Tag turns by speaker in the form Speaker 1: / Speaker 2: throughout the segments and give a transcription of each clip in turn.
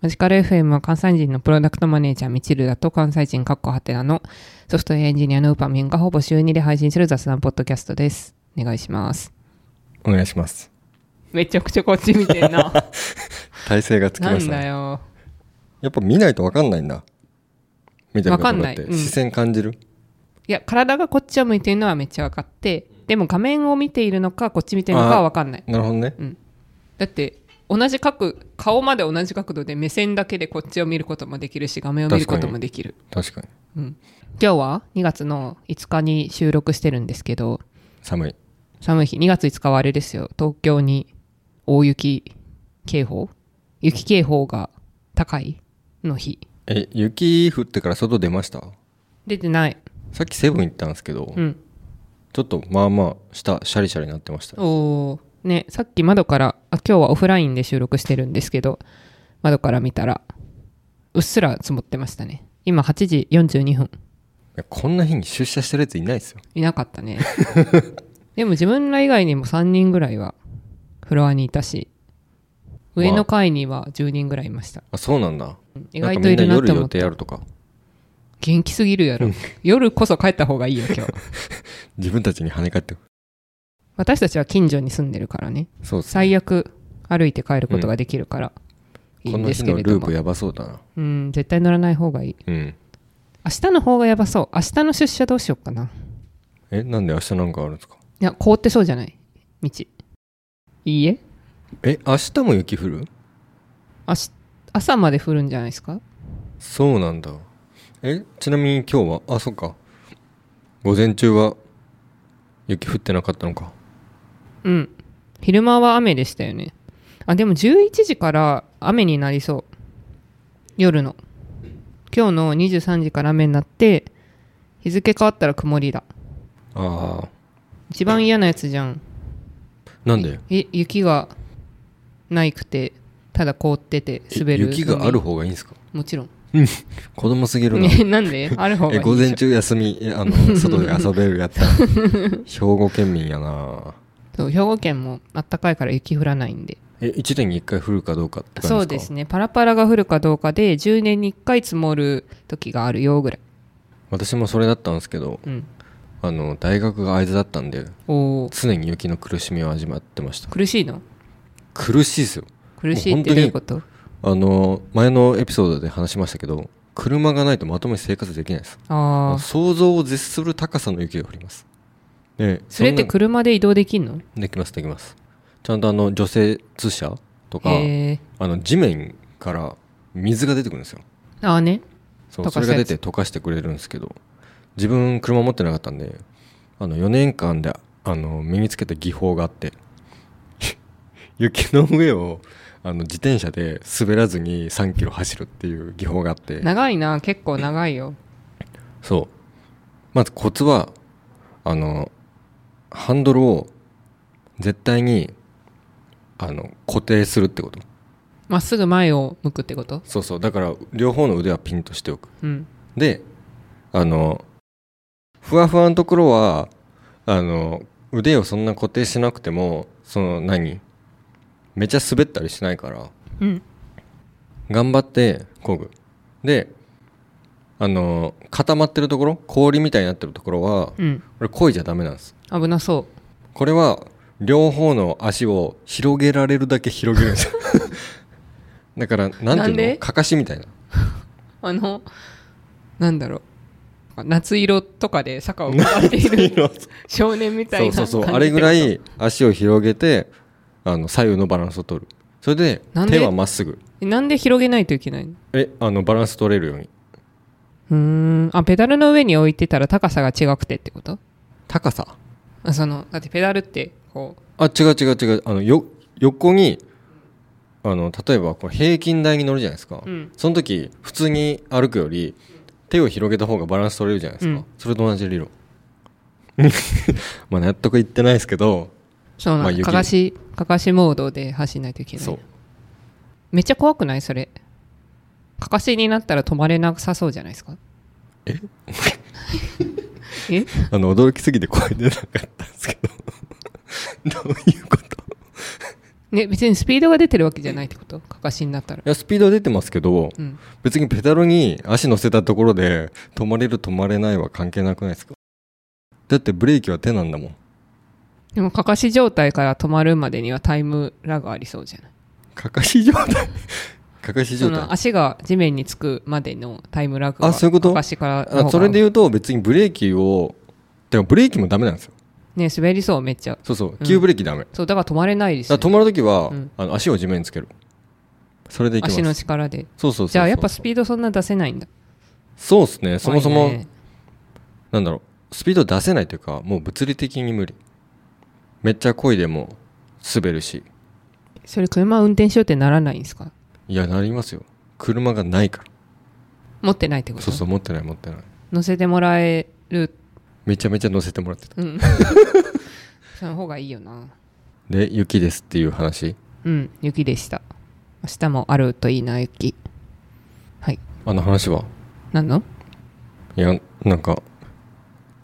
Speaker 1: マジカル FM は関西人のプロダクトマネージャーみちるだと関西人かっこはてなのソフトウェアエンジニアのウパミンがほぼ週2で配信する雑談ポッドキャストです。お願いします。
Speaker 2: お願いします
Speaker 1: めちゃくちゃこっち見てんな。
Speaker 2: 体勢 がつき
Speaker 1: な
Speaker 2: ま
Speaker 1: ん
Speaker 2: した
Speaker 1: だ
Speaker 2: ね
Speaker 1: よ。
Speaker 2: やっぱ見ないと分かんないんだ見てる
Speaker 1: わか
Speaker 2: か
Speaker 1: ん
Speaker 2: と
Speaker 1: な
Speaker 2: だ
Speaker 1: い
Speaker 2: って、
Speaker 1: うん
Speaker 2: 視線感じる
Speaker 1: いや、体がこっちを向いてるのはめっちゃ分かって、でも画面を見ているのか、こっち見てるのかは分かんない。
Speaker 2: なるほどね
Speaker 1: だって、同じ角、顔まで同じ角度で目線だけでこっちを見ることもできるし、画面を見ることもできる。
Speaker 2: 確かに
Speaker 1: 今日は2月の5日に収録してるんですけど、
Speaker 2: 寒い
Speaker 1: 寒い日、2月5日はあれですよ、東京に大雪警報雪警報が高いの日。
Speaker 2: え雪降ってから外出ました
Speaker 1: 出てない。
Speaker 2: さっきセブン行ったんですけど、
Speaker 1: うん。
Speaker 2: ちょっとまあまあ下シャリシャリなってました
Speaker 1: おーね、さっき窓から、あ、今日はオフラインで収録してるんですけど、窓から見たら、うっすら積もってましたね。今8時42分。
Speaker 2: いやこんな日に出社してるやついないですよ
Speaker 1: いなかった ね。でも自分ら以外にも3人ぐらいはフロアにいたし、上の階には10人ぐらいいました。
Speaker 2: あそうなんだ
Speaker 1: 意外といるな
Speaker 2: なん
Speaker 1: って
Speaker 2: かみ
Speaker 1: 思
Speaker 2: んな夜予
Speaker 1: っ
Speaker 2: 定
Speaker 1: て。
Speaker 2: やるとか
Speaker 1: 元気すぎるやろ。夜こそ帰った方がいいよ、 今日。
Speaker 2: 自分たちに跳ね返ってくる
Speaker 1: 私たちは近所に住んでるからね。
Speaker 2: そうですね
Speaker 1: 最悪歩いて帰ることができるから、いい
Speaker 2: こ
Speaker 1: ん
Speaker 2: の
Speaker 1: で
Speaker 2: 日
Speaker 1: すけ
Speaker 2: の
Speaker 1: れど
Speaker 2: ルー
Speaker 1: も
Speaker 2: プ。やばそうだな
Speaker 1: うん、絶対乗らない方がいい。
Speaker 2: うん
Speaker 1: 明日の方がやばそう。明日の出社どうしようかな。
Speaker 2: えなんで明日なんかあるんですか
Speaker 1: いや、凍ってそうじゃない道。いいえ
Speaker 2: え明日も雪降る
Speaker 1: 明日朝まで降るんじゃないですか
Speaker 2: そうなんだえちなみに今日はあそっか午前中は雪降ってなかったのか
Speaker 1: うん。昼間は雨でしたよね。あ、でも11時から雨になりそう。夜の。今日の23時から雨になって、日付変わったら曇りだ。
Speaker 2: あ
Speaker 1: 一番嫌なやつじゃん。
Speaker 2: あなんで
Speaker 1: え、雪がないくて、ただ凍ってて
Speaker 2: え
Speaker 1: 滑るのに。
Speaker 2: 雪がある方がいいんですか
Speaker 1: もちろん。
Speaker 2: 子供すぎるな
Speaker 1: ね、なん である方がいい
Speaker 2: え
Speaker 1: でしょ。
Speaker 2: 午前中休みえあの 外で遊べるやったら兵庫県民やな
Speaker 1: そう兵庫県もあったかいから雪降らないんで
Speaker 2: え1年に1回降るかどうかって感じですか
Speaker 1: そうですねパラパラが降るかどうかで10年に1回積もる時があるよぐらい、
Speaker 2: 私もそれだったんですけど
Speaker 1: うん、
Speaker 2: あの大学が会津だったんで
Speaker 1: おー
Speaker 2: 常に雪の苦しみを味わってました
Speaker 1: 苦しいの
Speaker 2: 苦しいですよ
Speaker 1: 苦しいってど
Speaker 2: もう本当に
Speaker 1: ういうこと
Speaker 2: あの前のエピソードで話しましたけど車がないとまともに生活できないです
Speaker 1: ああ
Speaker 2: 想像を絶する高さの雪が降りますで
Speaker 1: それって
Speaker 2: んな
Speaker 1: 車で移動できんの
Speaker 2: できますできますちゃんとあの除雪車とか
Speaker 1: へえ
Speaker 2: あの地面から水が出てくるんですよ
Speaker 1: ああね
Speaker 2: そ
Speaker 1: 溶
Speaker 2: う
Speaker 1: かす
Speaker 2: それが
Speaker 1: や
Speaker 2: 出
Speaker 1: つ
Speaker 2: て溶かしてくれるんですけど自分車持ってなかったんであの4年間であの身につけた技法があって 雪の上をあの自転車で滑らずに3キロ走るっていう技法があって
Speaker 1: 長いな結構長いよ
Speaker 2: そうまずコツはあのハンドルを絶対にあの固定するってこと
Speaker 1: まっすぐ前を向くってこと
Speaker 2: そうそうだから両方の腕はピンとしておく
Speaker 1: うん
Speaker 2: であのふわふわのところはあの腕をそんな固定しなくてもその何めちゃ滑ったりしないから
Speaker 1: うん
Speaker 2: 頑張ってこぐであの固まってるところ氷みたいになってるところは
Speaker 1: うん
Speaker 2: これ漕いじゃダメなんです
Speaker 1: 危なそ
Speaker 2: これは両方の足を広げられるだけ広げるんですよ だから
Speaker 1: な
Speaker 2: なんんていう
Speaker 1: で
Speaker 2: のかかしみたいな
Speaker 1: う あのなんだろう夏色とかで坂を下っている 少年みたい
Speaker 2: そう
Speaker 1: な
Speaker 2: そうそう
Speaker 1: 感じ
Speaker 2: あれぐら
Speaker 1: ってこ
Speaker 2: い足を広げてあの左右のバランスを取るそれで
Speaker 1: なんで
Speaker 2: 手はまっすぐ
Speaker 1: とえなんで広げないといけないの
Speaker 2: えあのバランス取れるように
Speaker 1: うーんあペダルの上に置いてたら高さが違くてってこと
Speaker 2: 高さ
Speaker 1: あそのだってペダルってこ
Speaker 2: あ違う違う違うあのよ横にあの例えばこう平均台に乗るじゃないですか、
Speaker 1: うん
Speaker 2: その時普通に歩くより手を広げた方がバランス取れるじゃないですか、
Speaker 1: うん
Speaker 2: それと同じ理論 まあ納得いってないですけど
Speaker 1: うそう
Speaker 2: ま
Speaker 1: なん
Speaker 2: あ
Speaker 1: だ
Speaker 2: 雪
Speaker 1: かかしかかしモードで走らないといけない
Speaker 2: そう
Speaker 1: めっちゃ怖くないそれかかしになったら止まれなさそうじゃないですか
Speaker 2: え
Speaker 1: え
Speaker 2: あの 驚きすぎて声出なかったんですけどどういうこと
Speaker 1: ね別にスピードが出てるわけじゃないってことかかしになったら
Speaker 2: いやスピードは出てますけど、
Speaker 1: うん
Speaker 2: 別にペダルに足乗せたところで止まれる止まれないは関係なくないですかだってブレーキは手なんだもん
Speaker 1: でもかかし状態から止まるまでにはタイムラグありそうじゃない
Speaker 2: かかし状態 かかし
Speaker 1: そ
Speaker 2: 状
Speaker 1: の
Speaker 2: 態
Speaker 1: 足が地面につくまでのタイムラグが
Speaker 2: あそういうこと
Speaker 1: かかしからの方
Speaker 2: あ
Speaker 1: が
Speaker 2: それで言うと別にブレーキをてかブレーキもダメなんですよ
Speaker 1: ね滑りそうめっちゃ
Speaker 2: そうそう急ブレーキダメ、
Speaker 1: そうだから止まれないです
Speaker 2: だ
Speaker 1: よ
Speaker 2: から止まるときは、
Speaker 1: うん
Speaker 2: あの足を地面につけるそれでいきます
Speaker 1: 足の力で
Speaker 2: そうそうそうそう
Speaker 1: じゃあやっぱスピードそんな出せないんだ
Speaker 2: そうですねそもそも、
Speaker 1: 怖いね
Speaker 2: なんだろうスピード出せないというかもう物理的に無理めっちゃ漕いでも滑るし
Speaker 1: それ車運転しようってならないんですか
Speaker 2: いやなりますよ車がないから
Speaker 1: 持ってないってこと
Speaker 2: そうそう持ってない持ってない
Speaker 1: 乗せてもらえる
Speaker 2: めちゃめちゃ乗せてもらってた
Speaker 1: うん その方がいいよな
Speaker 2: で雪ですっていう話
Speaker 1: うん雪でした明日もあるといいな雪はい
Speaker 2: あの話は
Speaker 1: 何の
Speaker 2: いやなんか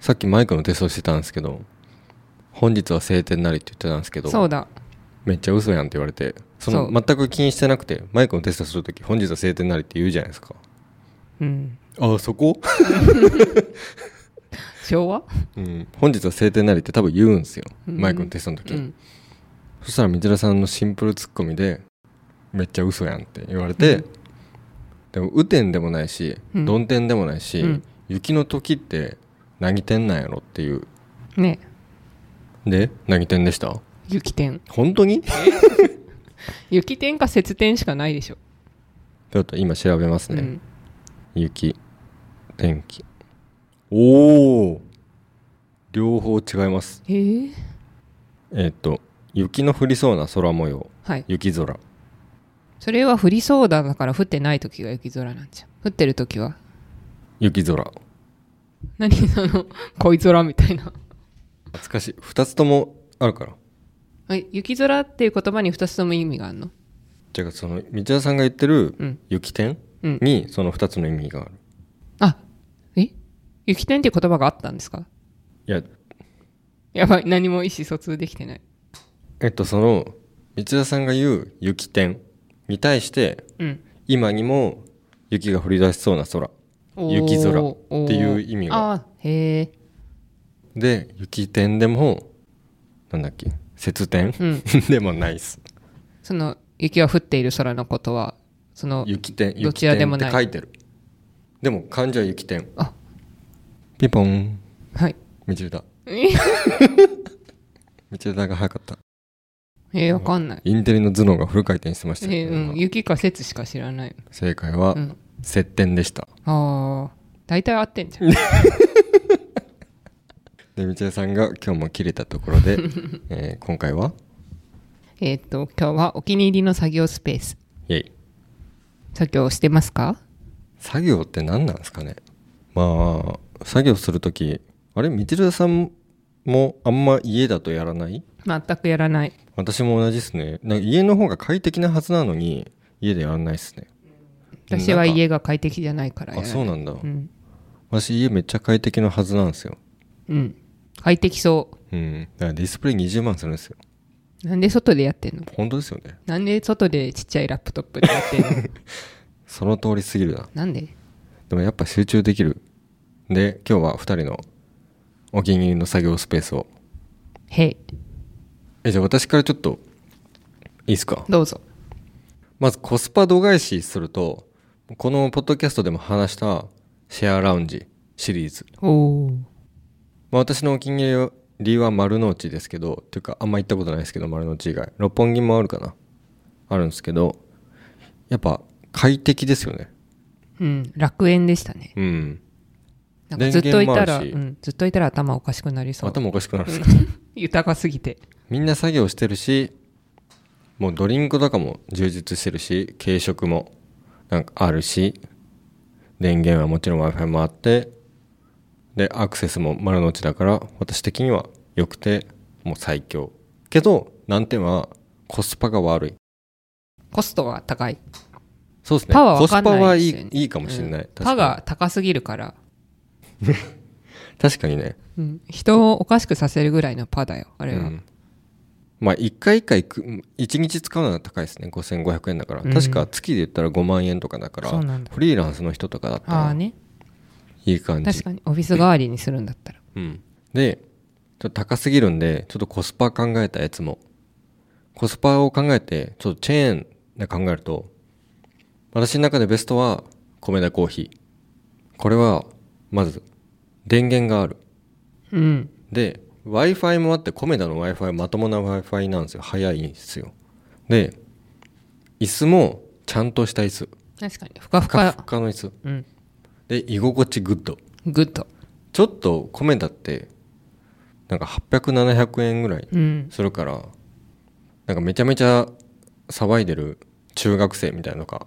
Speaker 2: さっきマイクのテストしてたんですけど本日は晴天なりって言ってたんですけど
Speaker 1: そうだ
Speaker 2: めっちゃ嘘やんって言われてその
Speaker 1: そう
Speaker 2: 全く気にしてなくてマイクのテストするとき本日は晴天なりって言うじゃないですか
Speaker 1: うん
Speaker 2: あ そこ、
Speaker 1: 昭和
Speaker 2: うん、本日は晴天なりって多分言うんですよ、
Speaker 1: うん
Speaker 2: マイクのテストの時、
Speaker 1: うん
Speaker 2: そしたら道田さんのシンプルツッコミでめっちゃ嘘やんって言われて、
Speaker 1: うん
Speaker 2: でも雨天でもないし、
Speaker 1: うん
Speaker 2: 曇天でもないし、
Speaker 1: うん
Speaker 2: 雪の時って何天なんやろっていう
Speaker 1: ね
Speaker 2: で何天でした
Speaker 1: 雪天
Speaker 2: 本当に
Speaker 1: 雪天か節天しかないでしょ、
Speaker 2: ちょっと今調べます
Speaker 1: う
Speaker 2: ね、
Speaker 1: ん、
Speaker 2: 雪天気おお両方違います
Speaker 1: えー、
Speaker 2: えっと雪の降りそうな空模様
Speaker 1: はい
Speaker 2: 雪空
Speaker 1: それは降りそうだだから降ってない時が雪空なんじゃん降ってる時は
Speaker 2: 雪空
Speaker 1: 何その恋空みたいな
Speaker 2: 懐かしい2つともあるから
Speaker 1: え雪空っていう言葉に2つとも意味があるの
Speaker 2: じゃあその道田さんが言ってる
Speaker 1: うん
Speaker 2: 雪天
Speaker 1: うん
Speaker 2: にその2つの意味がある、
Speaker 1: あえ雪天っていう言葉があったんですか
Speaker 2: いや
Speaker 1: やばい何も意思疎通できてない
Speaker 2: えっとその道田さんが言う雪天に対して
Speaker 1: うん
Speaker 2: 今にも雪が降り出しそうな空
Speaker 1: おー
Speaker 2: 雪空っていう意味が
Speaker 1: おーあーへえ
Speaker 2: で雪天でもなんだっけ節天、
Speaker 1: うん
Speaker 2: でもないっす
Speaker 1: その雪が降っている空のことはその
Speaker 2: 雪天
Speaker 1: ど
Speaker 2: 雪
Speaker 1: ちらで
Speaker 2: 天
Speaker 1: も
Speaker 2: っ
Speaker 1: ない
Speaker 2: て書いてるでも漢字は雪天
Speaker 1: あ
Speaker 2: ピンポン
Speaker 1: はい
Speaker 2: 道 枝
Speaker 1: え
Speaker 2: 道枝が早かった
Speaker 1: えー、わかんない、
Speaker 2: インテリの頭脳がフル回転してまし
Speaker 1: え
Speaker 2: たけ
Speaker 1: ー
Speaker 2: ど、
Speaker 1: うん、雪か雪しか知らない、
Speaker 2: 正解は、
Speaker 1: うん、
Speaker 2: 接点でした
Speaker 1: ああ大体合ってんじゃん
Speaker 2: で道枝さんが今日も切れたとこ ろで、えー今回は
Speaker 1: えーっと今日はお気に入りの作業スペース
Speaker 2: イエイ
Speaker 1: 作業してますか
Speaker 2: 作業って何なんですかねまあ作業する時あれ道枝さんもあんま家だとやらない
Speaker 1: 全くやらない
Speaker 2: 私も同じですねなんか家の方が快適なはずなのに家でやらないですね
Speaker 1: 私は
Speaker 2: なんか
Speaker 1: 家が快適じゃないからやら
Speaker 2: あ
Speaker 1: ない
Speaker 2: そうなんだ、
Speaker 1: うん、
Speaker 2: 私家めっちゃ快適なはずなんですよ
Speaker 1: うん、快適そ
Speaker 2: うんだからディスプレイ20万するんですよ
Speaker 1: うなんで外でやってんの
Speaker 2: 本当ですよね
Speaker 1: なんで外でちっちゃいラップトップでやってん の
Speaker 2: その通りすぎるな
Speaker 1: なんで
Speaker 2: でもやっぱ集中できるで今日は2人のお気に入りの作業スペースを
Speaker 1: へい
Speaker 2: えじゃあ私からちょっといいですか
Speaker 1: どうぞ
Speaker 2: まずコスパ度外視するとこのポッドキャストでも話したシェアラウンジシリーズ、
Speaker 1: おお
Speaker 2: まあ、私のお気に入りは丸の内ですけどというかあんま行ったことないですけど丸の内以外六本木もあるかなあるんですけどやっぱ快適ですよね
Speaker 1: うん楽園でしたね
Speaker 2: うん
Speaker 1: なんかずっといた
Speaker 2: 電源も
Speaker 1: ら、
Speaker 2: あるし
Speaker 1: うん、ずっといたら頭おかしくなりそう
Speaker 2: 頭おかしくなるんですか
Speaker 1: 豊かすぎて
Speaker 2: みんな作業してるしもうドリンクとかも充実してるし軽食もなんかあるし電源はもちろん w i f i もあってでアクセスも丸の内だから私的には良くてもう最強けど難点はコスパが悪い
Speaker 1: コストが高い
Speaker 2: そうですね
Speaker 1: パは
Speaker 2: コ
Speaker 1: 分
Speaker 2: ス
Speaker 1: か
Speaker 2: パ
Speaker 1: んない
Speaker 2: はい
Speaker 1: です
Speaker 2: い
Speaker 1: よね
Speaker 2: いいかもしれない、確か
Speaker 1: パ
Speaker 2: に
Speaker 1: が高すぎるから、
Speaker 2: 確かにね
Speaker 1: うん、人をおかしくさせるぐらいのパだよあれは、
Speaker 2: うんまあ1回1回く1日使うのは高いですね5500円だから、
Speaker 1: うん
Speaker 2: 確か月で言ったら5万円とかだから
Speaker 1: そうなんだ
Speaker 2: フリーランスの人とかだった
Speaker 1: ああ
Speaker 2: ら
Speaker 1: ね
Speaker 2: いい感じ、
Speaker 1: 確かにオフィス代わりにするんだったら
Speaker 2: うん、でちょっと高すぎるんでちょっとコスパ考えたやつもコスパを考えてちょっとチェーンで考えると私の中でベストは米田コーヒーこれはまず電源がある
Speaker 1: うん
Speaker 2: で w i f i もあってコメダの w i f i まともな w i f i なんですよ早いんですよで椅子もちゃんとした椅子
Speaker 1: 確かにふか
Speaker 2: ふ
Speaker 1: ふ
Speaker 2: か
Speaker 1: か
Speaker 2: ふかの椅子
Speaker 1: うん
Speaker 2: で居心地グッド
Speaker 1: グッと
Speaker 2: ちょっとコメダってなんか800700円ぐらい
Speaker 1: うん
Speaker 2: するからなんかめちゃめちゃ騒いでる中学生みたいなのが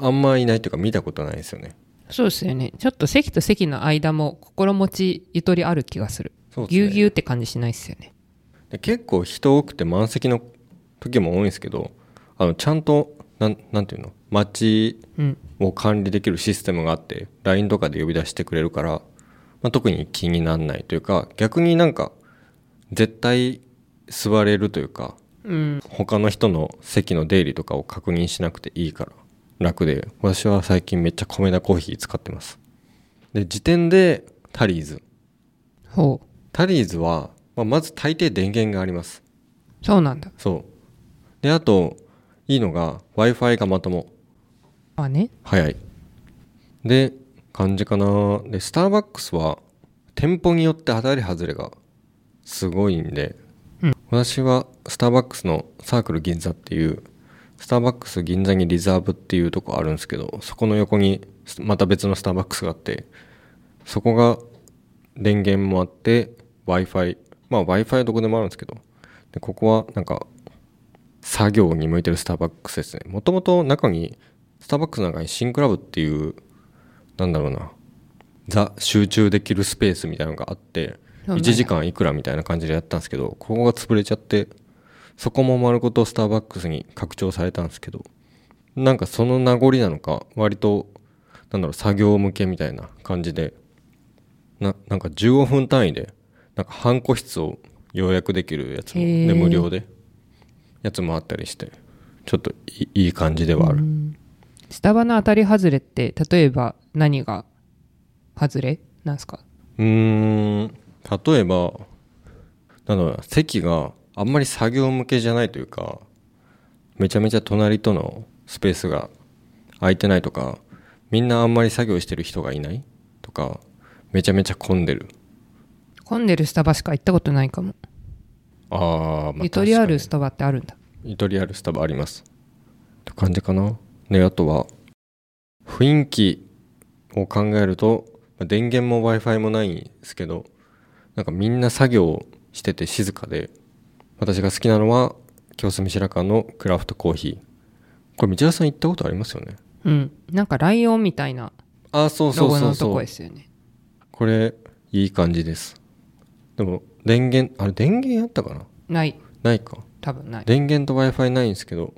Speaker 2: あんまいないというか見たことないですよね
Speaker 1: そうですよねちょっと席と席の間も心持ちゆとりある気がする
Speaker 2: そうです
Speaker 1: ぎ
Speaker 2: ね
Speaker 1: ゅうぎゅうって感じしないっすよね
Speaker 2: で結構人多くて満席の時も多いんですけどあのちゃんとなんなんていうの街
Speaker 1: うん
Speaker 2: を管理できるシステムがあって LINE とかで呼び出してくれるから、まあ、特に気にならないというか逆になんか絶対座れるというか
Speaker 1: うん
Speaker 2: 他の人の席の出入りとかを確認しなくていいから楽で私は最近めっちゃ米田コーヒー使ってますで時点でタリーズ
Speaker 1: ほう
Speaker 2: タリーズは、まあ、まず大抵電源があります
Speaker 1: そうなんだ
Speaker 2: そうであといいのが w i f i がまとも
Speaker 1: まあね
Speaker 2: 早いで感じかなでスターバックスは店舗によって当たり外れがすごいんで、
Speaker 1: うん
Speaker 2: 私はスターバックスのサークル銀座っていうスターバックス銀座にリザーブっていうとこあるんですけどそこの横にまた別のスターバックスがあってそこが電源もあって w i f i まあ w i f i はどこでもあるんですけどでここはなんか作業に向いてるスターバックスですねもともと中にスターバックスの中にシンクラブっていうなんだろうなザ集中できるスペースみたいなのがあって
Speaker 1: そうなん
Speaker 2: 1
Speaker 1: だ
Speaker 2: 時間いくらみたいな感じでやったんですけどここが潰れちゃってそこも丸ごとスターバックスに拡張されたんですけどなんかその名残なのか割となんだろう作業向けみたいな感じでななんか15分単位でなんか半個室を予約できるやつも
Speaker 1: へー
Speaker 2: で無料でやつもあったりしてちょっといいい感じではある、
Speaker 1: スタバの当たり外れって例えば何が外れなんすか
Speaker 2: うーん例えばなんだろうな席があんまり作業向けじゃないというかめちゃめちゃ隣とのスペースが空いてないとかみんなあんまり作業してる人がいないとかめちゃめちゃ混んでる
Speaker 1: 混んでるスタバしか行ったことないかも、
Speaker 2: あー、まあ
Speaker 1: ゆとりあ
Speaker 2: 確か
Speaker 1: る
Speaker 2: に
Speaker 1: スタバってあるんだ
Speaker 2: ゆとりあるスタバありますって感じかなであとは雰囲気を考えるとまあ電源も w i f i もないんですけどなんかみんな作業してて静かで私が好きなのは清澄白河のクラフトコーヒーこれ道枝さん行ったことありますよね
Speaker 1: うんなんかライオンみたいな
Speaker 2: あーそう
Speaker 1: ロ
Speaker 2: そう
Speaker 1: ゴ
Speaker 2: そ
Speaker 1: の
Speaker 2: う
Speaker 1: と
Speaker 2: そ
Speaker 1: こ
Speaker 2: う
Speaker 1: ですよね
Speaker 2: これいい感じですでも電源あれ電源あったかな
Speaker 1: ない
Speaker 2: ないか
Speaker 1: 多分ない
Speaker 2: 電源と w i f i ないんですけど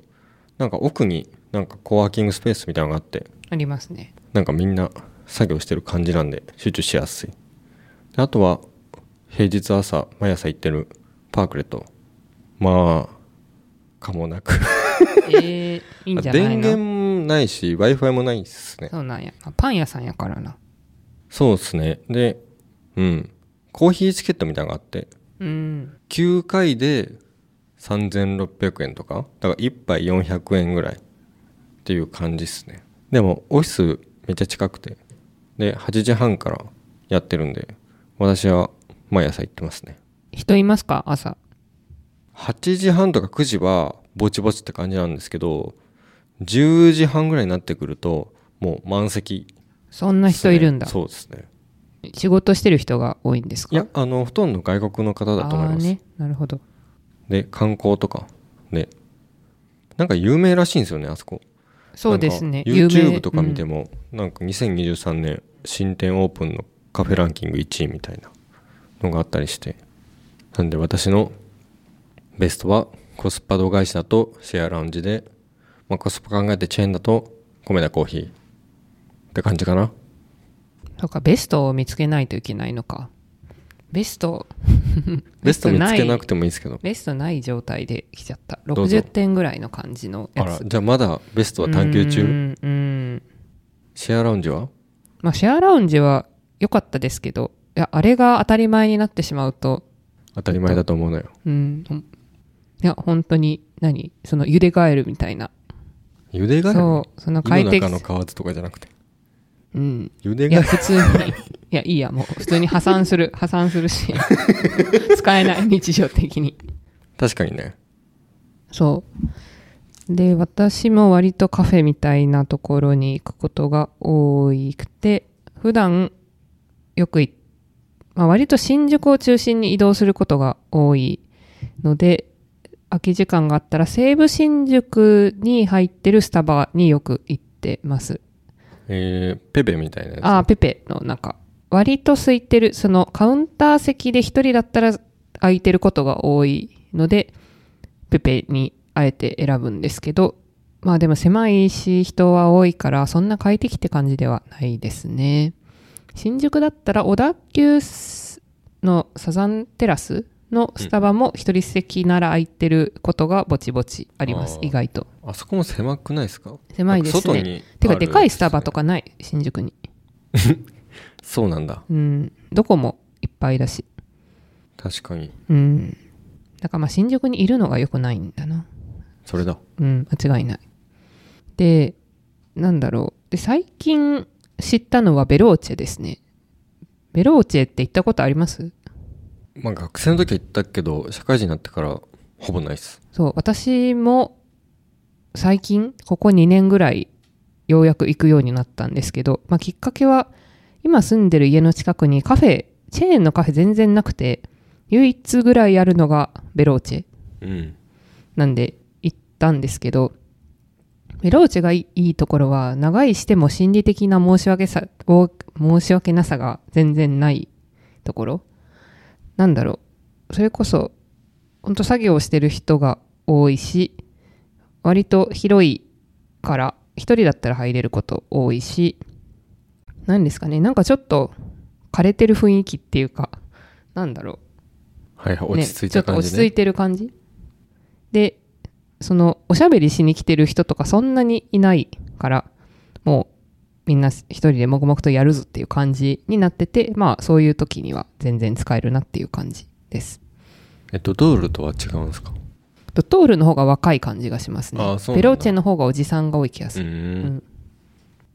Speaker 2: なんか奥になんかコワーキングスペースみたいなのがあって
Speaker 1: あります ね
Speaker 2: なんかみんな作業してる感じなんで集中しやすいであとは平日朝毎朝行ってるパークレットまあかもなく
Speaker 1: えー、いいんじゃないの
Speaker 2: 電源ないし w i f i もないっすね
Speaker 1: そうなんやあパン屋さんやからな
Speaker 2: そうっすねでうんコーヒーチケットみたいなのがあって
Speaker 1: うん
Speaker 2: 9回で3600円とかだから1杯400円ぐらいっていう感じですねでもオフィスめっちゃ近くてで8時半からやってるんで私は毎朝行ってますね
Speaker 1: 人いますか朝
Speaker 2: 8時半とか9時はぼちぼちって感じなんですけど10時半ぐらいになってくるともう満席
Speaker 1: そんな人いるんだ、
Speaker 2: そうですね
Speaker 1: 仕事してる人が多いんですか
Speaker 2: いやあのほとんど外国の方だと思い
Speaker 1: あー
Speaker 2: ます、
Speaker 1: ねなるほど
Speaker 2: で観光とかでなんか有名らしいんですよねあそこ
Speaker 1: そうですね
Speaker 2: なんか
Speaker 1: 有名
Speaker 2: YouTube とか見て
Speaker 1: うん
Speaker 2: も、なんか2023年新店オープンのカフェランキング1位みたいなのがあったりしてなんで私のベストはコスパ度外視だとシェアラウンジで、まあ、コスパ考えてチェーンだと米田コーヒーって感じかな
Speaker 1: そうかベストを見つけないといけないのかベスト
Speaker 2: ベスト見つけなくてもいいですけど
Speaker 1: ベストない状態で来ちゃった
Speaker 2: どうぞ
Speaker 1: 60点ぐらいの感じの
Speaker 2: あ
Speaker 1: や
Speaker 2: ら
Speaker 1: つ
Speaker 2: じゃあまだベストは探求
Speaker 1: う
Speaker 2: 中
Speaker 1: んうん
Speaker 2: シェアラウンジは
Speaker 1: まあシェアラウンジは良かったですけどいやあれが当たり前になってしまうと
Speaker 2: 当たり前だと思うのよ
Speaker 1: うんほんいや本当に何その茹で返るみたいな
Speaker 2: 茹でガエル
Speaker 1: そうその快
Speaker 2: 湯
Speaker 1: 適
Speaker 2: の中の皮とかじゃなくて
Speaker 1: うん
Speaker 2: 茹で
Speaker 1: い
Speaker 2: ガエ
Speaker 1: や
Speaker 2: ル
Speaker 1: 普通にいやいいやもう普通に破産す る破産するし使えない日常的に
Speaker 2: 確かにね
Speaker 1: そうで私も割とカフェみたいなところに行くことが多くて普段よくい、まあ、割と新宿を中心に移動することが多いので空き時間があったら西武新宿に入ってるスタバによく行ってます
Speaker 2: えー、ペペみたいなやつ
Speaker 1: ああペペの中割と空いてるそのカウンター席で1人だったら空いてることが多いのでペペにあえて選ぶんですけどまあでも狭いし人は多いからそんな快適って感じではないですね新宿だったら小田急のサザンテラスのスタバも1人席なら空いてることがぼちぼちあります
Speaker 2: あー
Speaker 1: 意外と
Speaker 2: あそこも狭くないですか
Speaker 1: 狭いですね
Speaker 2: なんか外に
Speaker 1: てか
Speaker 2: ある
Speaker 1: でかいスタバとかない新宿に
Speaker 2: そうなんだ
Speaker 1: うんどこもいっぱいだし
Speaker 2: 確かに
Speaker 1: うん。だからまあ新宿にいるのが良くないんだな。
Speaker 2: それだ
Speaker 1: うん、間違いない。で、なんだろう。で、最近知ったのはベローチェですね。ベローチェって行ったことあります
Speaker 2: まあ学生の時は行ったけど社会人になってからほぼないっす
Speaker 1: そう、私も最近、ここ2年ぐらい、ようやく行くようになったんですけど、まあきっかけは、今住んでる家の近くにカフェ、チェーンのカフェ全然なくて、唯一ぐらいあるのがベローチェ
Speaker 2: うん
Speaker 1: なんで行ったんですけど、ベローチェがいいいいところは、長いしても心理的な申し訳さ、を申し訳なさが全然ないところ。なんだろう。それこそ、ほんと作業してる人が多いし、割と広いから、一人だったら入れること多いし、なんですかね、なんかちょっと枯れてる雰囲気っていうか、なんだろう。
Speaker 2: はいはい
Speaker 1: ね
Speaker 2: 落ち着いた感
Speaker 1: ちょっ
Speaker 2: じ
Speaker 1: と落ち
Speaker 2: ね
Speaker 1: 着いてる感じでそのおしゃべりしに来てる人とかそんなにいないからもうみんな一人で黙々とやるぞっていう感じになっててまあそういう時には全然使えるなっていう感じです
Speaker 2: えっとドールとは違うんですか
Speaker 1: ドトールの方が若い感じがしますね
Speaker 2: あそうなんだ
Speaker 1: ベローチェの方がおじさんが多い気が
Speaker 2: う
Speaker 1: する、
Speaker 2: ん
Speaker 1: うん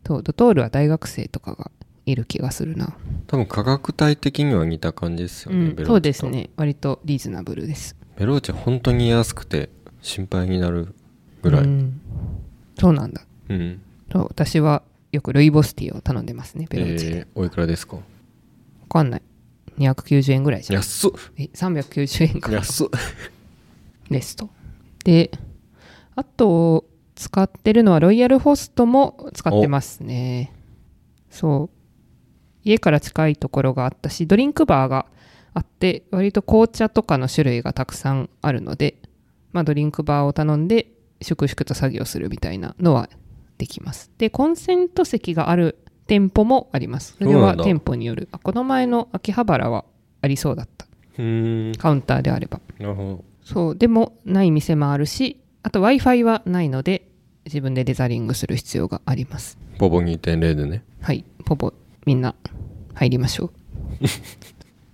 Speaker 1: そうドトールは大学生とかがいる気がするな、
Speaker 2: 多分価格帯的には似た感じですよ
Speaker 1: う
Speaker 2: ね、
Speaker 1: ん
Speaker 2: ベローチェと
Speaker 1: そうですね割とリーズナブルです
Speaker 2: ベローチェ本当に安くて心配になるぐらい、う
Speaker 1: うんんそうなんだそう私はよくルイボスティーを頼んでますね
Speaker 2: え
Speaker 1: ベローチェで、
Speaker 2: ーおいくらですか
Speaker 1: わかんない290円ぐらいじゃん
Speaker 2: 安っ
Speaker 1: え390円か
Speaker 2: 安っ
Speaker 1: ですとであと使ってるのはロイヤルホストも使ってますねそう家から近いところがあったしドリンクバーがあって割と紅茶とかの種類がたくさんあるので、まあ、ドリンクバーを頼んで粛々と作業するみたいなのはできますでコンセント席がある店舗もありますそれ
Speaker 2: そうな
Speaker 1: は
Speaker 2: んだ
Speaker 1: 店舗によるあこの前の秋葉原はありそうだった
Speaker 2: うーんな
Speaker 1: カウンターであれば
Speaker 2: るほ
Speaker 1: そうでもない店もあるしあと w i f i はないので自分でデザリングする必要があります
Speaker 2: どボボ2.0でね
Speaker 1: はいほぼみんな入りま しょう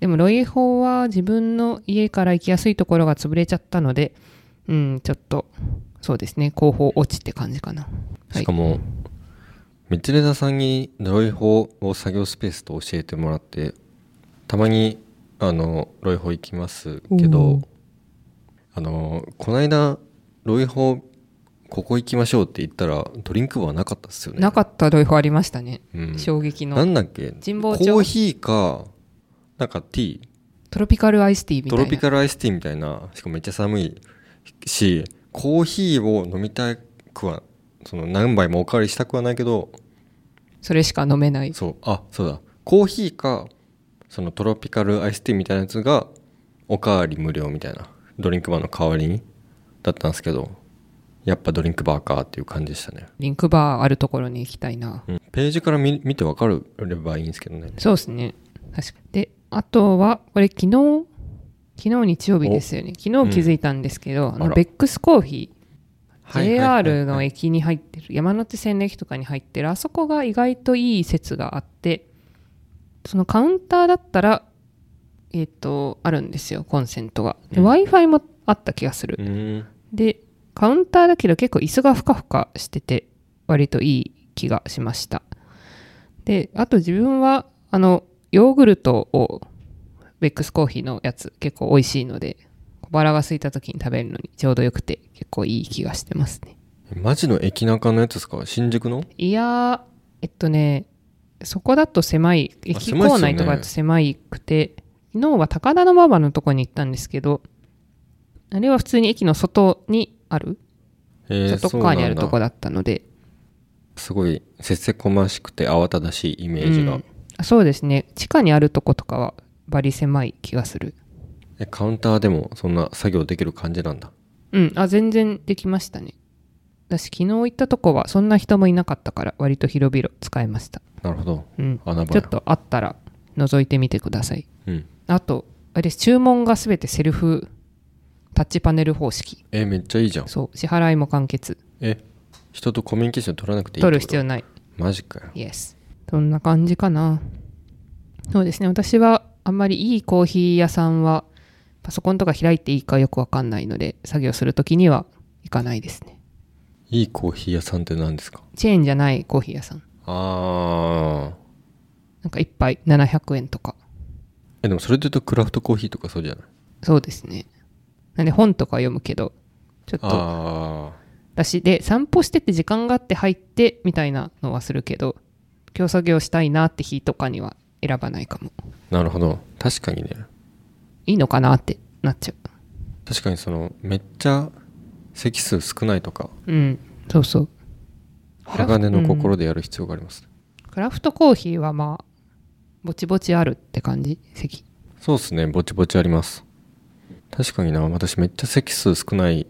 Speaker 1: でもロイホーは自分の家から行きやすいところが潰れちゃったのでうんちょっとそうですね後方落ちって感じかなはい
Speaker 2: しかも、道枝さんにロイホを作業スペースと教えてもらってたまにあのロイホ行きますけ
Speaker 1: お
Speaker 2: ど
Speaker 1: ー
Speaker 2: あのこの間ロイホここ行きましょうって言ったらドリンクバーなかったっすよね
Speaker 1: なかったロイホーありましたね、
Speaker 2: うん
Speaker 1: 衝撃の
Speaker 2: なんだっけ
Speaker 1: 神保町
Speaker 2: コーヒーかなんかティー
Speaker 1: トロピカルアイスティーみた
Speaker 2: ト
Speaker 1: いな
Speaker 2: ロピカルアイスティーみたいなしかもめっちゃ寒いしコーヒーを飲みたくはその何杯もおかわりしたくはないけど
Speaker 1: それしか飲めない
Speaker 2: そうあそうだコーヒーかそのトロピカルアイスティーみたいなやつがおかわり無料みたいなドリンクバーの代わりにだったんですけどやっぱドリンクバーかっていう感じでしたね、
Speaker 1: リンクバーあるところに行きたいな、
Speaker 2: うん、ページから見見て分かればいいんですけどね
Speaker 1: そうですね。確かに。で、あとは、これ昨日昨日日曜日ですよね昨日気づいたんですけど、
Speaker 2: ん
Speaker 1: あ
Speaker 2: あ
Speaker 1: の
Speaker 2: ら
Speaker 1: ベックスコーヒー
Speaker 2: はいはいはいは
Speaker 1: JR
Speaker 2: い
Speaker 1: の駅に入ってる山手線の駅とかに入ってるあそこが意外といい説があってそのカウンターだったらえっ、とあるんですよコンセントがで
Speaker 2: うん
Speaker 1: w i f i もあった気がする
Speaker 2: う、ん
Speaker 1: でカウンターだけど結構椅子がふかふかしてて割といい気がしましたであと自分はあのヨーグルトをベックスコーヒーのやつ結構美味しいので小腹が空いた時に食べるのにちょうどよくて結構いい気がしてますね
Speaker 2: マジの駅中のやつですか新宿の
Speaker 1: いやーえっとねそこだと狭い駅
Speaker 2: 狭いっす
Speaker 1: 構
Speaker 2: よね
Speaker 1: 内とかだと狭くて、昨日は高田馬場のとこに行ったんですけどあれは普通に駅の外にある
Speaker 2: えー
Speaker 1: 外側にあるとこ
Speaker 2: そうなんだ
Speaker 1: だったので、
Speaker 2: すごいせっせこましくて慌ただしいイメージが、
Speaker 1: うんあそうですね地下にあるとことかはバリ狭い気がする
Speaker 2: えカウンターでもそんな作業できる感じなんだ
Speaker 1: うんあ全然できましたねだし昨日行ったとこはそんな人もいなかったから割と広々使えました
Speaker 2: なるほど
Speaker 1: うん
Speaker 2: 穴場
Speaker 1: ちょ
Speaker 2: や
Speaker 1: っとあったら覗いてみてください
Speaker 2: うん
Speaker 1: あとあれです注文が全てセルフタッチパネル方式
Speaker 2: えめっちゃいいじゃん
Speaker 1: そう支払いも完結
Speaker 2: え人とコミュニケーション取らなくていい
Speaker 1: 取る必要
Speaker 2: ない
Speaker 1: ない
Speaker 2: マジかよ
Speaker 1: イエスそんな感じかなそうですね私はあんまりいいコーヒー屋さんはパソコンとか開いていいかよくわかんないので作業するときには行かないですね
Speaker 2: いいコーヒー屋さんって何ですか
Speaker 1: チェーンじゃないコーヒー屋さん
Speaker 2: ああ
Speaker 1: なんか一杯700円とか
Speaker 2: えでもそれで言うとクラフトコーヒーとかそうじゃない
Speaker 1: そうですねなんで本とか読むけどちょっと
Speaker 2: あ
Speaker 1: 私で散歩してて時間があって入ってみたいなのはするけど今日作業したいなって日とかには選ばないかも
Speaker 2: あなるほど確かにね
Speaker 1: いいのかなってなっちゃ
Speaker 2: 確かにそのめっちゃ席数少ないとか
Speaker 1: ううんそうそう
Speaker 2: 鋼の心でやる必要があります、
Speaker 1: クラフトコーヒーはまあぼちぼちあるって感じ席
Speaker 2: そうですねぼちぼちあります確かにな私めっちゃ席数少ない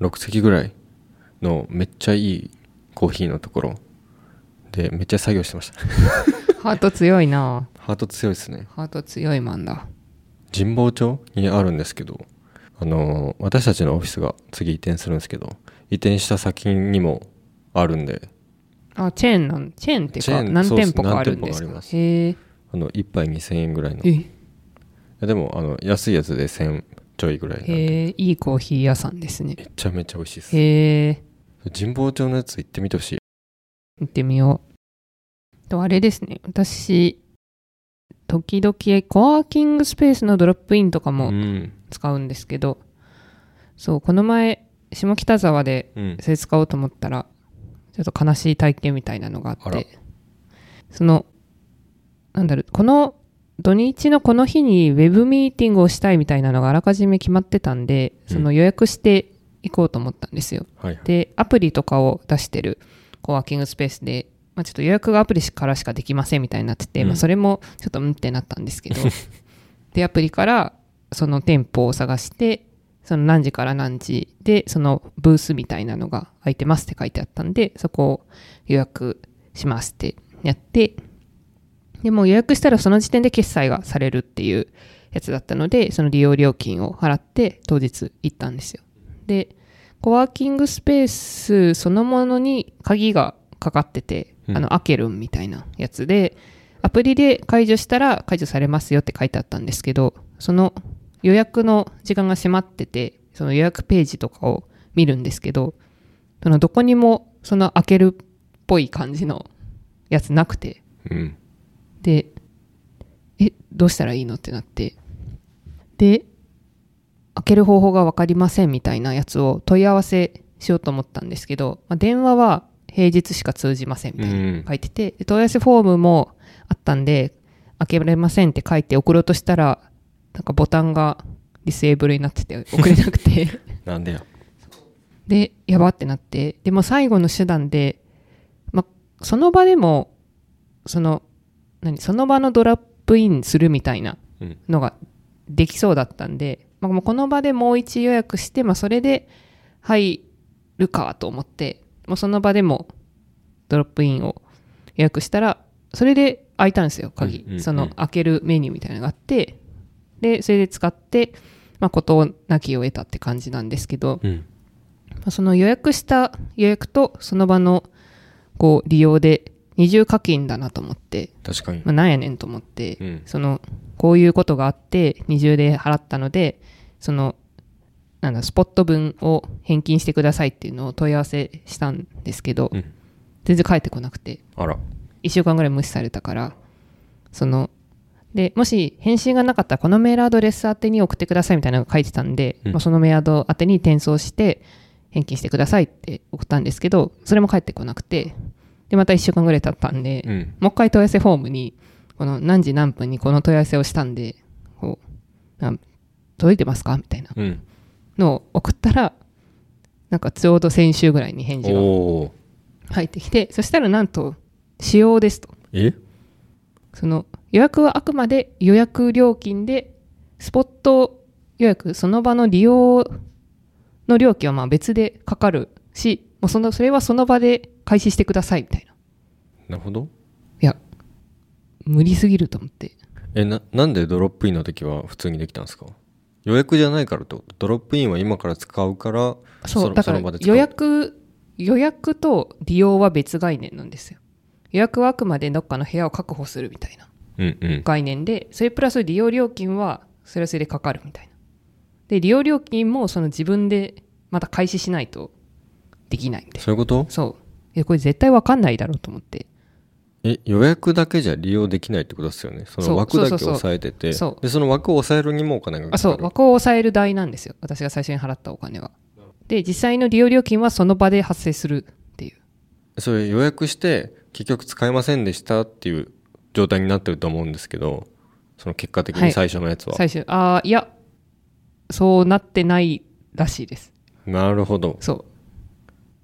Speaker 2: 6席ぐらいのめっちゃいいコーヒーのところでめっちゃ作業してました
Speaker 1: ハート強いな
Speaker 2: ハート強いですね
Speaker 1: ハート強いマンだ
Speaker 2: 神保町にあるんですけどあのー私たちのオフィスが次移転するんですけど移転した先にもあるんで
Speaker 1: あチェーンなんチェーンっていう
Speaker 2: チェ
Speaker 1: か
Speaker 2: ーン
Speaker 1: 何店舗かあるんです
Speaker 2: そうっす何店舗かあり
Speaker 1: か
Speaker 2: ます
Speaker 1: へえ
Speaker 2: あの1杯2000円ぐらいのい
Speaker 1: え
Speaker 2: やでもあの安いやつで1000ちょいぐらいなんで
Speaker 1: へえいいコーヒー屋さんですね
Speaker 2: めちゃめちゃ美味しいです
Speaker 1: へえ
Speaker 2: 神保町のやつ行ってみてほしい
Speaker 1: 行ってみようとあれですね私時々コワーキングスペースのドロップインとか
Speaker 2: う
Speaker 1: も
Speaker 2: ん
Speaker 1: 使うんですけど、そうこの前下北沢で
Speaker 2: うん
Speaker 1: それ使おうと思ったらちょっと悲しい体験みたいなのがあ
Speaker 2: あ
Speaker 1: っ
Speaker 2: ら
Speaker 1: てそのなんだろうこの土日のこの日にウェブミーティングをしたいみたいなのがあらかじめ決まってたんでその
Speaker 2: うん
Speaker 1: 予約していこうと思ったんですよ、
Speaker 2: はいはい
Speaker 1: でアプリとかを出してるコワーキングスペースで、まあ、ちょっと予約がアプリからしかできませんみたいになってて、
Speaker 2: うん
Speaker 1: まあ、それもちょっとうんってなったんですけ どでアプリからその店舗を探してその何時から何時でそのブースみたいなのが空いてますって書いてあったんでそこを予約しますってやってでもう予約したらその時点で決済がされるっていうやつだったのでその利用料金を払って当日行ったんですよでコワーキングスペースそのものに鍵がかかってて、
Speaker 2: うん
Speaker 1: あのアケルンみたいなやつでアプリで解除したら解除されますよって書いてあったんですけどその予約の時間が迫っててその予約ページとかを見るんですけどそのどこにもその開けるっぽい感じのやつなくて
Speaker 2: うん
Speaker 1: でえどうしたらいいのってなってで開ける方法が分かりませんみたいなやつを問い合わせしようと思ったんですけど、まあ、電話は平日しか通じませんみたい
Speaker 2: うん
Speaker 1: な書いてて、で問い合わせフォームもあったんで開けられませんって書いて送ろうとしたらなんかボタンがディスエーブルになってて送れなくて
Speaker 2: なんでや
Speaker 1: でやばってなってでも最後の手段で、ま、その場でもその何その場のドラップインするみたいな
Speaker 2: うん
Speaker 1: のができそうだったんで、まあ、もうこの場でもう一予約して、まあ、それで入るかと思ってもうその場でもドロップインを予約したらそれで開いたんですよ鍵、
Speaker 2: うんうんうん
Speaker 1: その開けるメニューみたいなのがあってでそれで使って、まあ、事なきを得たって感じなんですけど、
Speaker 2: うん
Speaker 1: まあその予約した予約とその場のこう利用で二重課金だなと思って、
Speaker 2: 確かに
Speaker 1: まあ、なんやねんと思って、
Speaker 2: うん
Speaker 1: そのこういうことがあって二重で払ったのでそのなんだスポット分を返金してくださいっていうのを問い合わせしたんですけど、
Speaker 2: うん
Speaker 1: 全然返ってこなくて
Speaker 2: あら
Speaker 1: 1週間ぐらい無視されたからそのでもし返信がなかったらこのメールアドレス宛てに送ってくださいみたいなのが書いてたんで、
Speaker 2: うん
Speaker 1: まあ、そのメールアド宛てに転送して返金してくださいって送ったんですけどそれも返ってこなくてでまた1週間ぐらい経ったんで、
Speaker 2: うん
Speaker 1: もう一回問い合わせフォームにこの何時何分にこの問い合わせをしたんでこうなん届いてますかみたいな
Speaker 2: うん
Speaker 1: のを送ったらなんかちょうど先週ぐらいに返事が
Speaker 2: おお
Speaker 1: 入ってきてそしたらなんと「使用です」と。
Speaker 2: え
Speaker 1: その予約はあくまで予約料金でスポット予約その場の利用の料金はまあ別でかかるしもうそのそれはその場で開始してくださいみたいない
Speaker 2: なるほど
Speaker 1: や無理すぎると思って
Speaker 2: えななんでドロップインの時は普通にできたんですか予約じゃないからってことドロップインは今から使うから
Speaker 1: そう
Speaker 2: の
Speaker 1: だか
Speaker 2: その場
Speaker 1: ら
Speaker 2: で使う
Speaker 1: 予約予約と利用は別概念なんですよ予約はあくまでどっかの部屋を確保するみたいな
Speaker 2: うんうん
Speaker 1: 概念でそれプラス利用料金はそれはそれでかかるみたいなで利用料金もその自分でまた開始しないとできないみたい
Speaker 2: そういうこと
Speaker 1: なそういやこれ絶対わかんないだろうと思って
Speaker 2: え予約だけじゃ利用できないってことですよねそ
Speaker 1: そ
Speaker 2: の
Speaker 1: う
Speaker 2: 枠だ
Speaker 1: そう
Speaker 2: け
Speaker 1: そうそう
Speaker 2: 押さえてて
Speaker 1: そう
Speaker 2: でその枠を押さえるにもお金がかかる
Speaker 1: あそう枠を抑える代なんですよ私が最初に払ったお金はで実際の利用料金はその場で発生するっていう
Speaker 2: それ予約して結局使えませんでしたっていう状態になってると思うんですけどその結果的
Speaker 1: は
Speaker 2: に
Speaker 1: い
Speaker 2: 最初のやつは、
Speaker 1: 最初ああいやそうなってないらしいです
Speaker 2: なるほど
Speaker 1: そう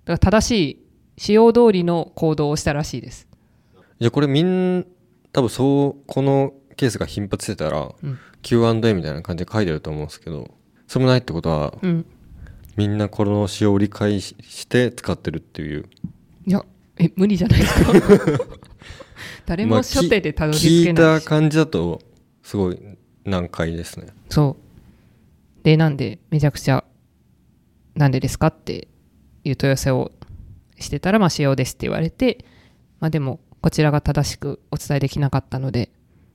Speaker 1: だから正しい使用通りの行動をしたらしいです
Speaker 2: じゃあこれみん多分そうこのケースが頻発してたら、
Speaker 1: うん
Speaker 2: Q&A みたいな感じで書いてると思うんですけどそれもないってことは、
Speaker 1: うん
Speaker 2: みんなこの使用を理解しして使ってるっていう
Speaker 1: いや、え、無理じゃない ですか。誰
Speaker 2: ま
Speaker 1: も
Speaker 2: あき
Speaker 1: 初手でたどり着け
Speaker 2: 聞
Speaker 1: ないい
Speaker 2: た
Speaker 1: し。
Speaker 2: 感じだとすごい難解ですね
Speaker 1: そう。で、なんで、めちゃくちゃ、なんでですかっていう問い合わせをしてたら、まあ、仕様ですって言われて、まあ、でも、こちらが正しくお伝えできなかったので、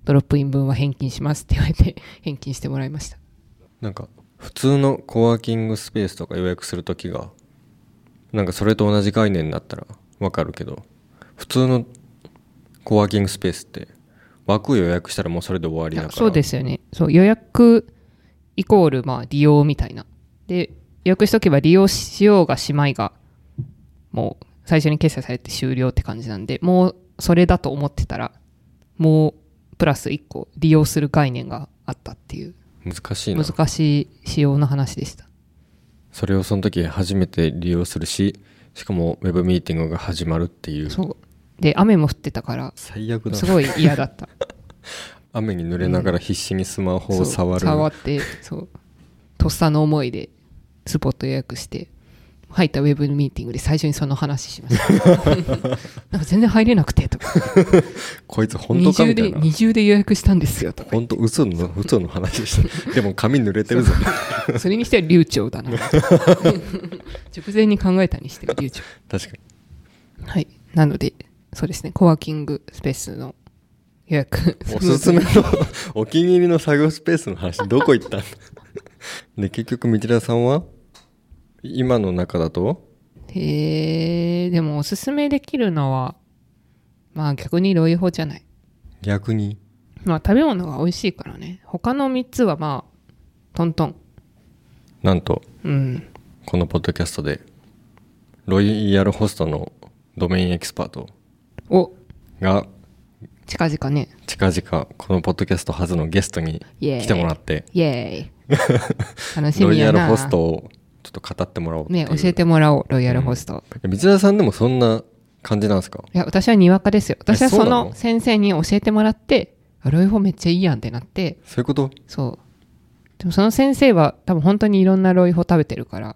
Speaker 1: ドロップイン分は返金しますって言われて、返金してもらいました。
Speaker 2: なんか普通のコワーキングスペースとか予約する時がなんかそれと同じ概念だったらわかるけど普通のコワーキングスペースって枠予約したらもうそれで終わりだから
Speaker 1: そうですよねそう予約イコールまあ利用みたいなで予約しとけば利用しようがしまいがもう最初に決済されて終了って感じなんでもうそれだと思ってたらもうプラス1個利用する概念があったっていう
Speaker 2: 難しいな
Speaker 1: 難しい仕様の話でした
Speaker 2: それをその時初めて利用するししかもウェブミーティングが始まるっていう
Speaker 1: そうで雨も降ってたから
Speaker 2: 最悪だ
Speaker 1: すごい嫌だった
Speaker 2: 雨に濡れながら必死にスマホ
Speaker 1: そ
Speaker 2: を
Speaker 1: う
Speaker 2: 触る
Speaker 1: 触ってそうとっさの思いでスポット予約して入ったウェブミーティングで最初にその話しました なんか全然入れなくてとか
Speaker 2: こいつ本
Speaker 1: 二
Speaker 2: 当か
Speaker 1: 重
Speaker 2: みた
Speaker 1: で
Speaker 2: いな
Speaker 1: 二重で予約したんですよとか
Speaker 2: 本当嘘の嘘の話 でしたでも髪濡れてるぞ
Speaker 1: それにしては流暢だな 直前に考えたにしては流暢
Speaker 2: 確かに
Speaker 1: はいなのでそうですねコワーキングスペースの予約
Speaker 2: おすすめのお気に入りの作業スペースの話どこ行ったんだ で結局道田さんは今の中だと
Speaker 1: へえでもおすすめできるのはまあ逆にロイホじゃない
Speaker 2: 逆に
Speaker 1: まあ食べ物が美味しいからね他の3つはまあトントン
Speaker 2: なんと
Speaker 1: うん
Speaker 2: このポッドキャストでロイヤルホストのドメインエキスパート
Speaker 1: お
Speaker 2: が
Speaker 1: 近々ね
Speaker 2: 近々このポッドキャスト初のゲストに
Speaker 1: イエーイ
Speaker 2: 来てもらって
Speaker 1: イエー イ楽し
Speaker 2: ロ
Speaker 1: み
Speaker 2: イヤ
Speaker 1: や
Speaker 2: ル
Speaker 1: な
Speaker 2: ホストをちょっと語ってもらおうってい
Speaker 1: ね
Speaker 2: う
Speaker 1: 教えてもらおうロイヤルホスト、
Speaker 2: 道田さんでもそんな感じなんですか
Speaker 1: いや私はにわかですよ私はそ
Speaker 2: そうな
Speaker 1: の
Speaker 2: の
Speaker 1: 先生に教えてもらってあロイホめっちゃいいやんってなって
Speaker 2: そういうこと
Speaker 1: そうでもその先生は多分本当にいろんなロイホ食べてるから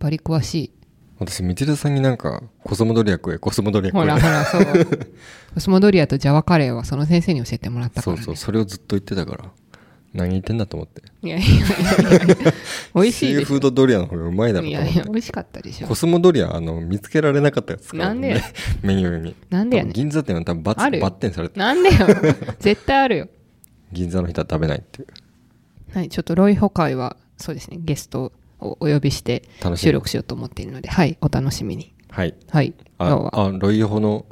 Speaker 1: バリ詳し
Speaker 2: 私道田さんになんかコスモドリア食えコスモドリア
Speaker 1: い
Speaker 2: 食え
Speaker 1: ほらほらそうコスモドリアとジャワカレーはその先生に教えてもらったか
Speaker 2: そ
Speaker 1: ら、
Speaker 2: う
Speaker 1: ね、
Speaker 2: そうそれをずっと言ってたから何言ってんだと思って
Speaker 1: いやいやいやいや美味しい
Speaker 2: シー
Speaker 1: でし
Speaker 2: フードドリアの方がうまいだ
Speaker 1: ょ
Speaker 2: ろう
Speaker 1: い
Speaker 2: と
Speaker 1: や
Speaker 2: 思っ
Speaker 1: い
Speaker 2: て
Speaker 1: や美味しかったでしょ
Speaker 2: コスモドリアあの見つけられなかったやつから、
Speaker 1: なんでよ
Speaker 2: メニューに
Speaker 1: なんでやねん
Speaker 2: 多分銀座店は多分バツ
Speaker 1: あるよ
Speaker 2: バッテンされて
Speaker 1: なんでよ絶対あるよ
Speaker 2: 銀座の人は食べないっていう
Speaker 1: はいちょっとロイホ会はそうですねゲストをお呼びして
Speaker 2: 楽しみ
Speaker 1: 収録しようと思っているのではいお楽しみに
Speaker 2: はい
Speaker 1: はい今日
Speaker 2: あ
Speaker 1: は
Speaker 2: あロイヤホの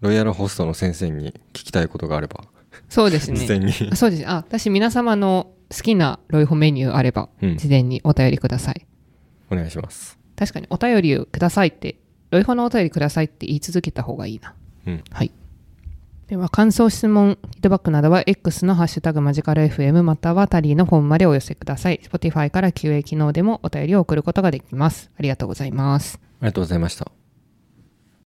Speaker 2: ロイヤルホストの先生に聞きたいことがあれば
Speaker 1: そうです
Speaker 2: 事前
Speaker 1: ね
Speaker 2: に
Speaker 1: あそうですあ私皆様の好きなロイホメニューあれば
Speaker 2: うん
Speaker 1: 事前にお便りください
Speaker 2: お願いします
Speaker 1: 確かにお便りをくださいってロイホのお便りくださいって言い続けた方がいいな
Speaker 2: うん
Speaker 1: はいでは感想質問フィードバックなどは X の「ハッシュタグマジカル FM」またはタリーの本までお寄せください Spotify から QA 機能でもお便りを送ることができますありがとうございます
Speaker 2: ありがとうございました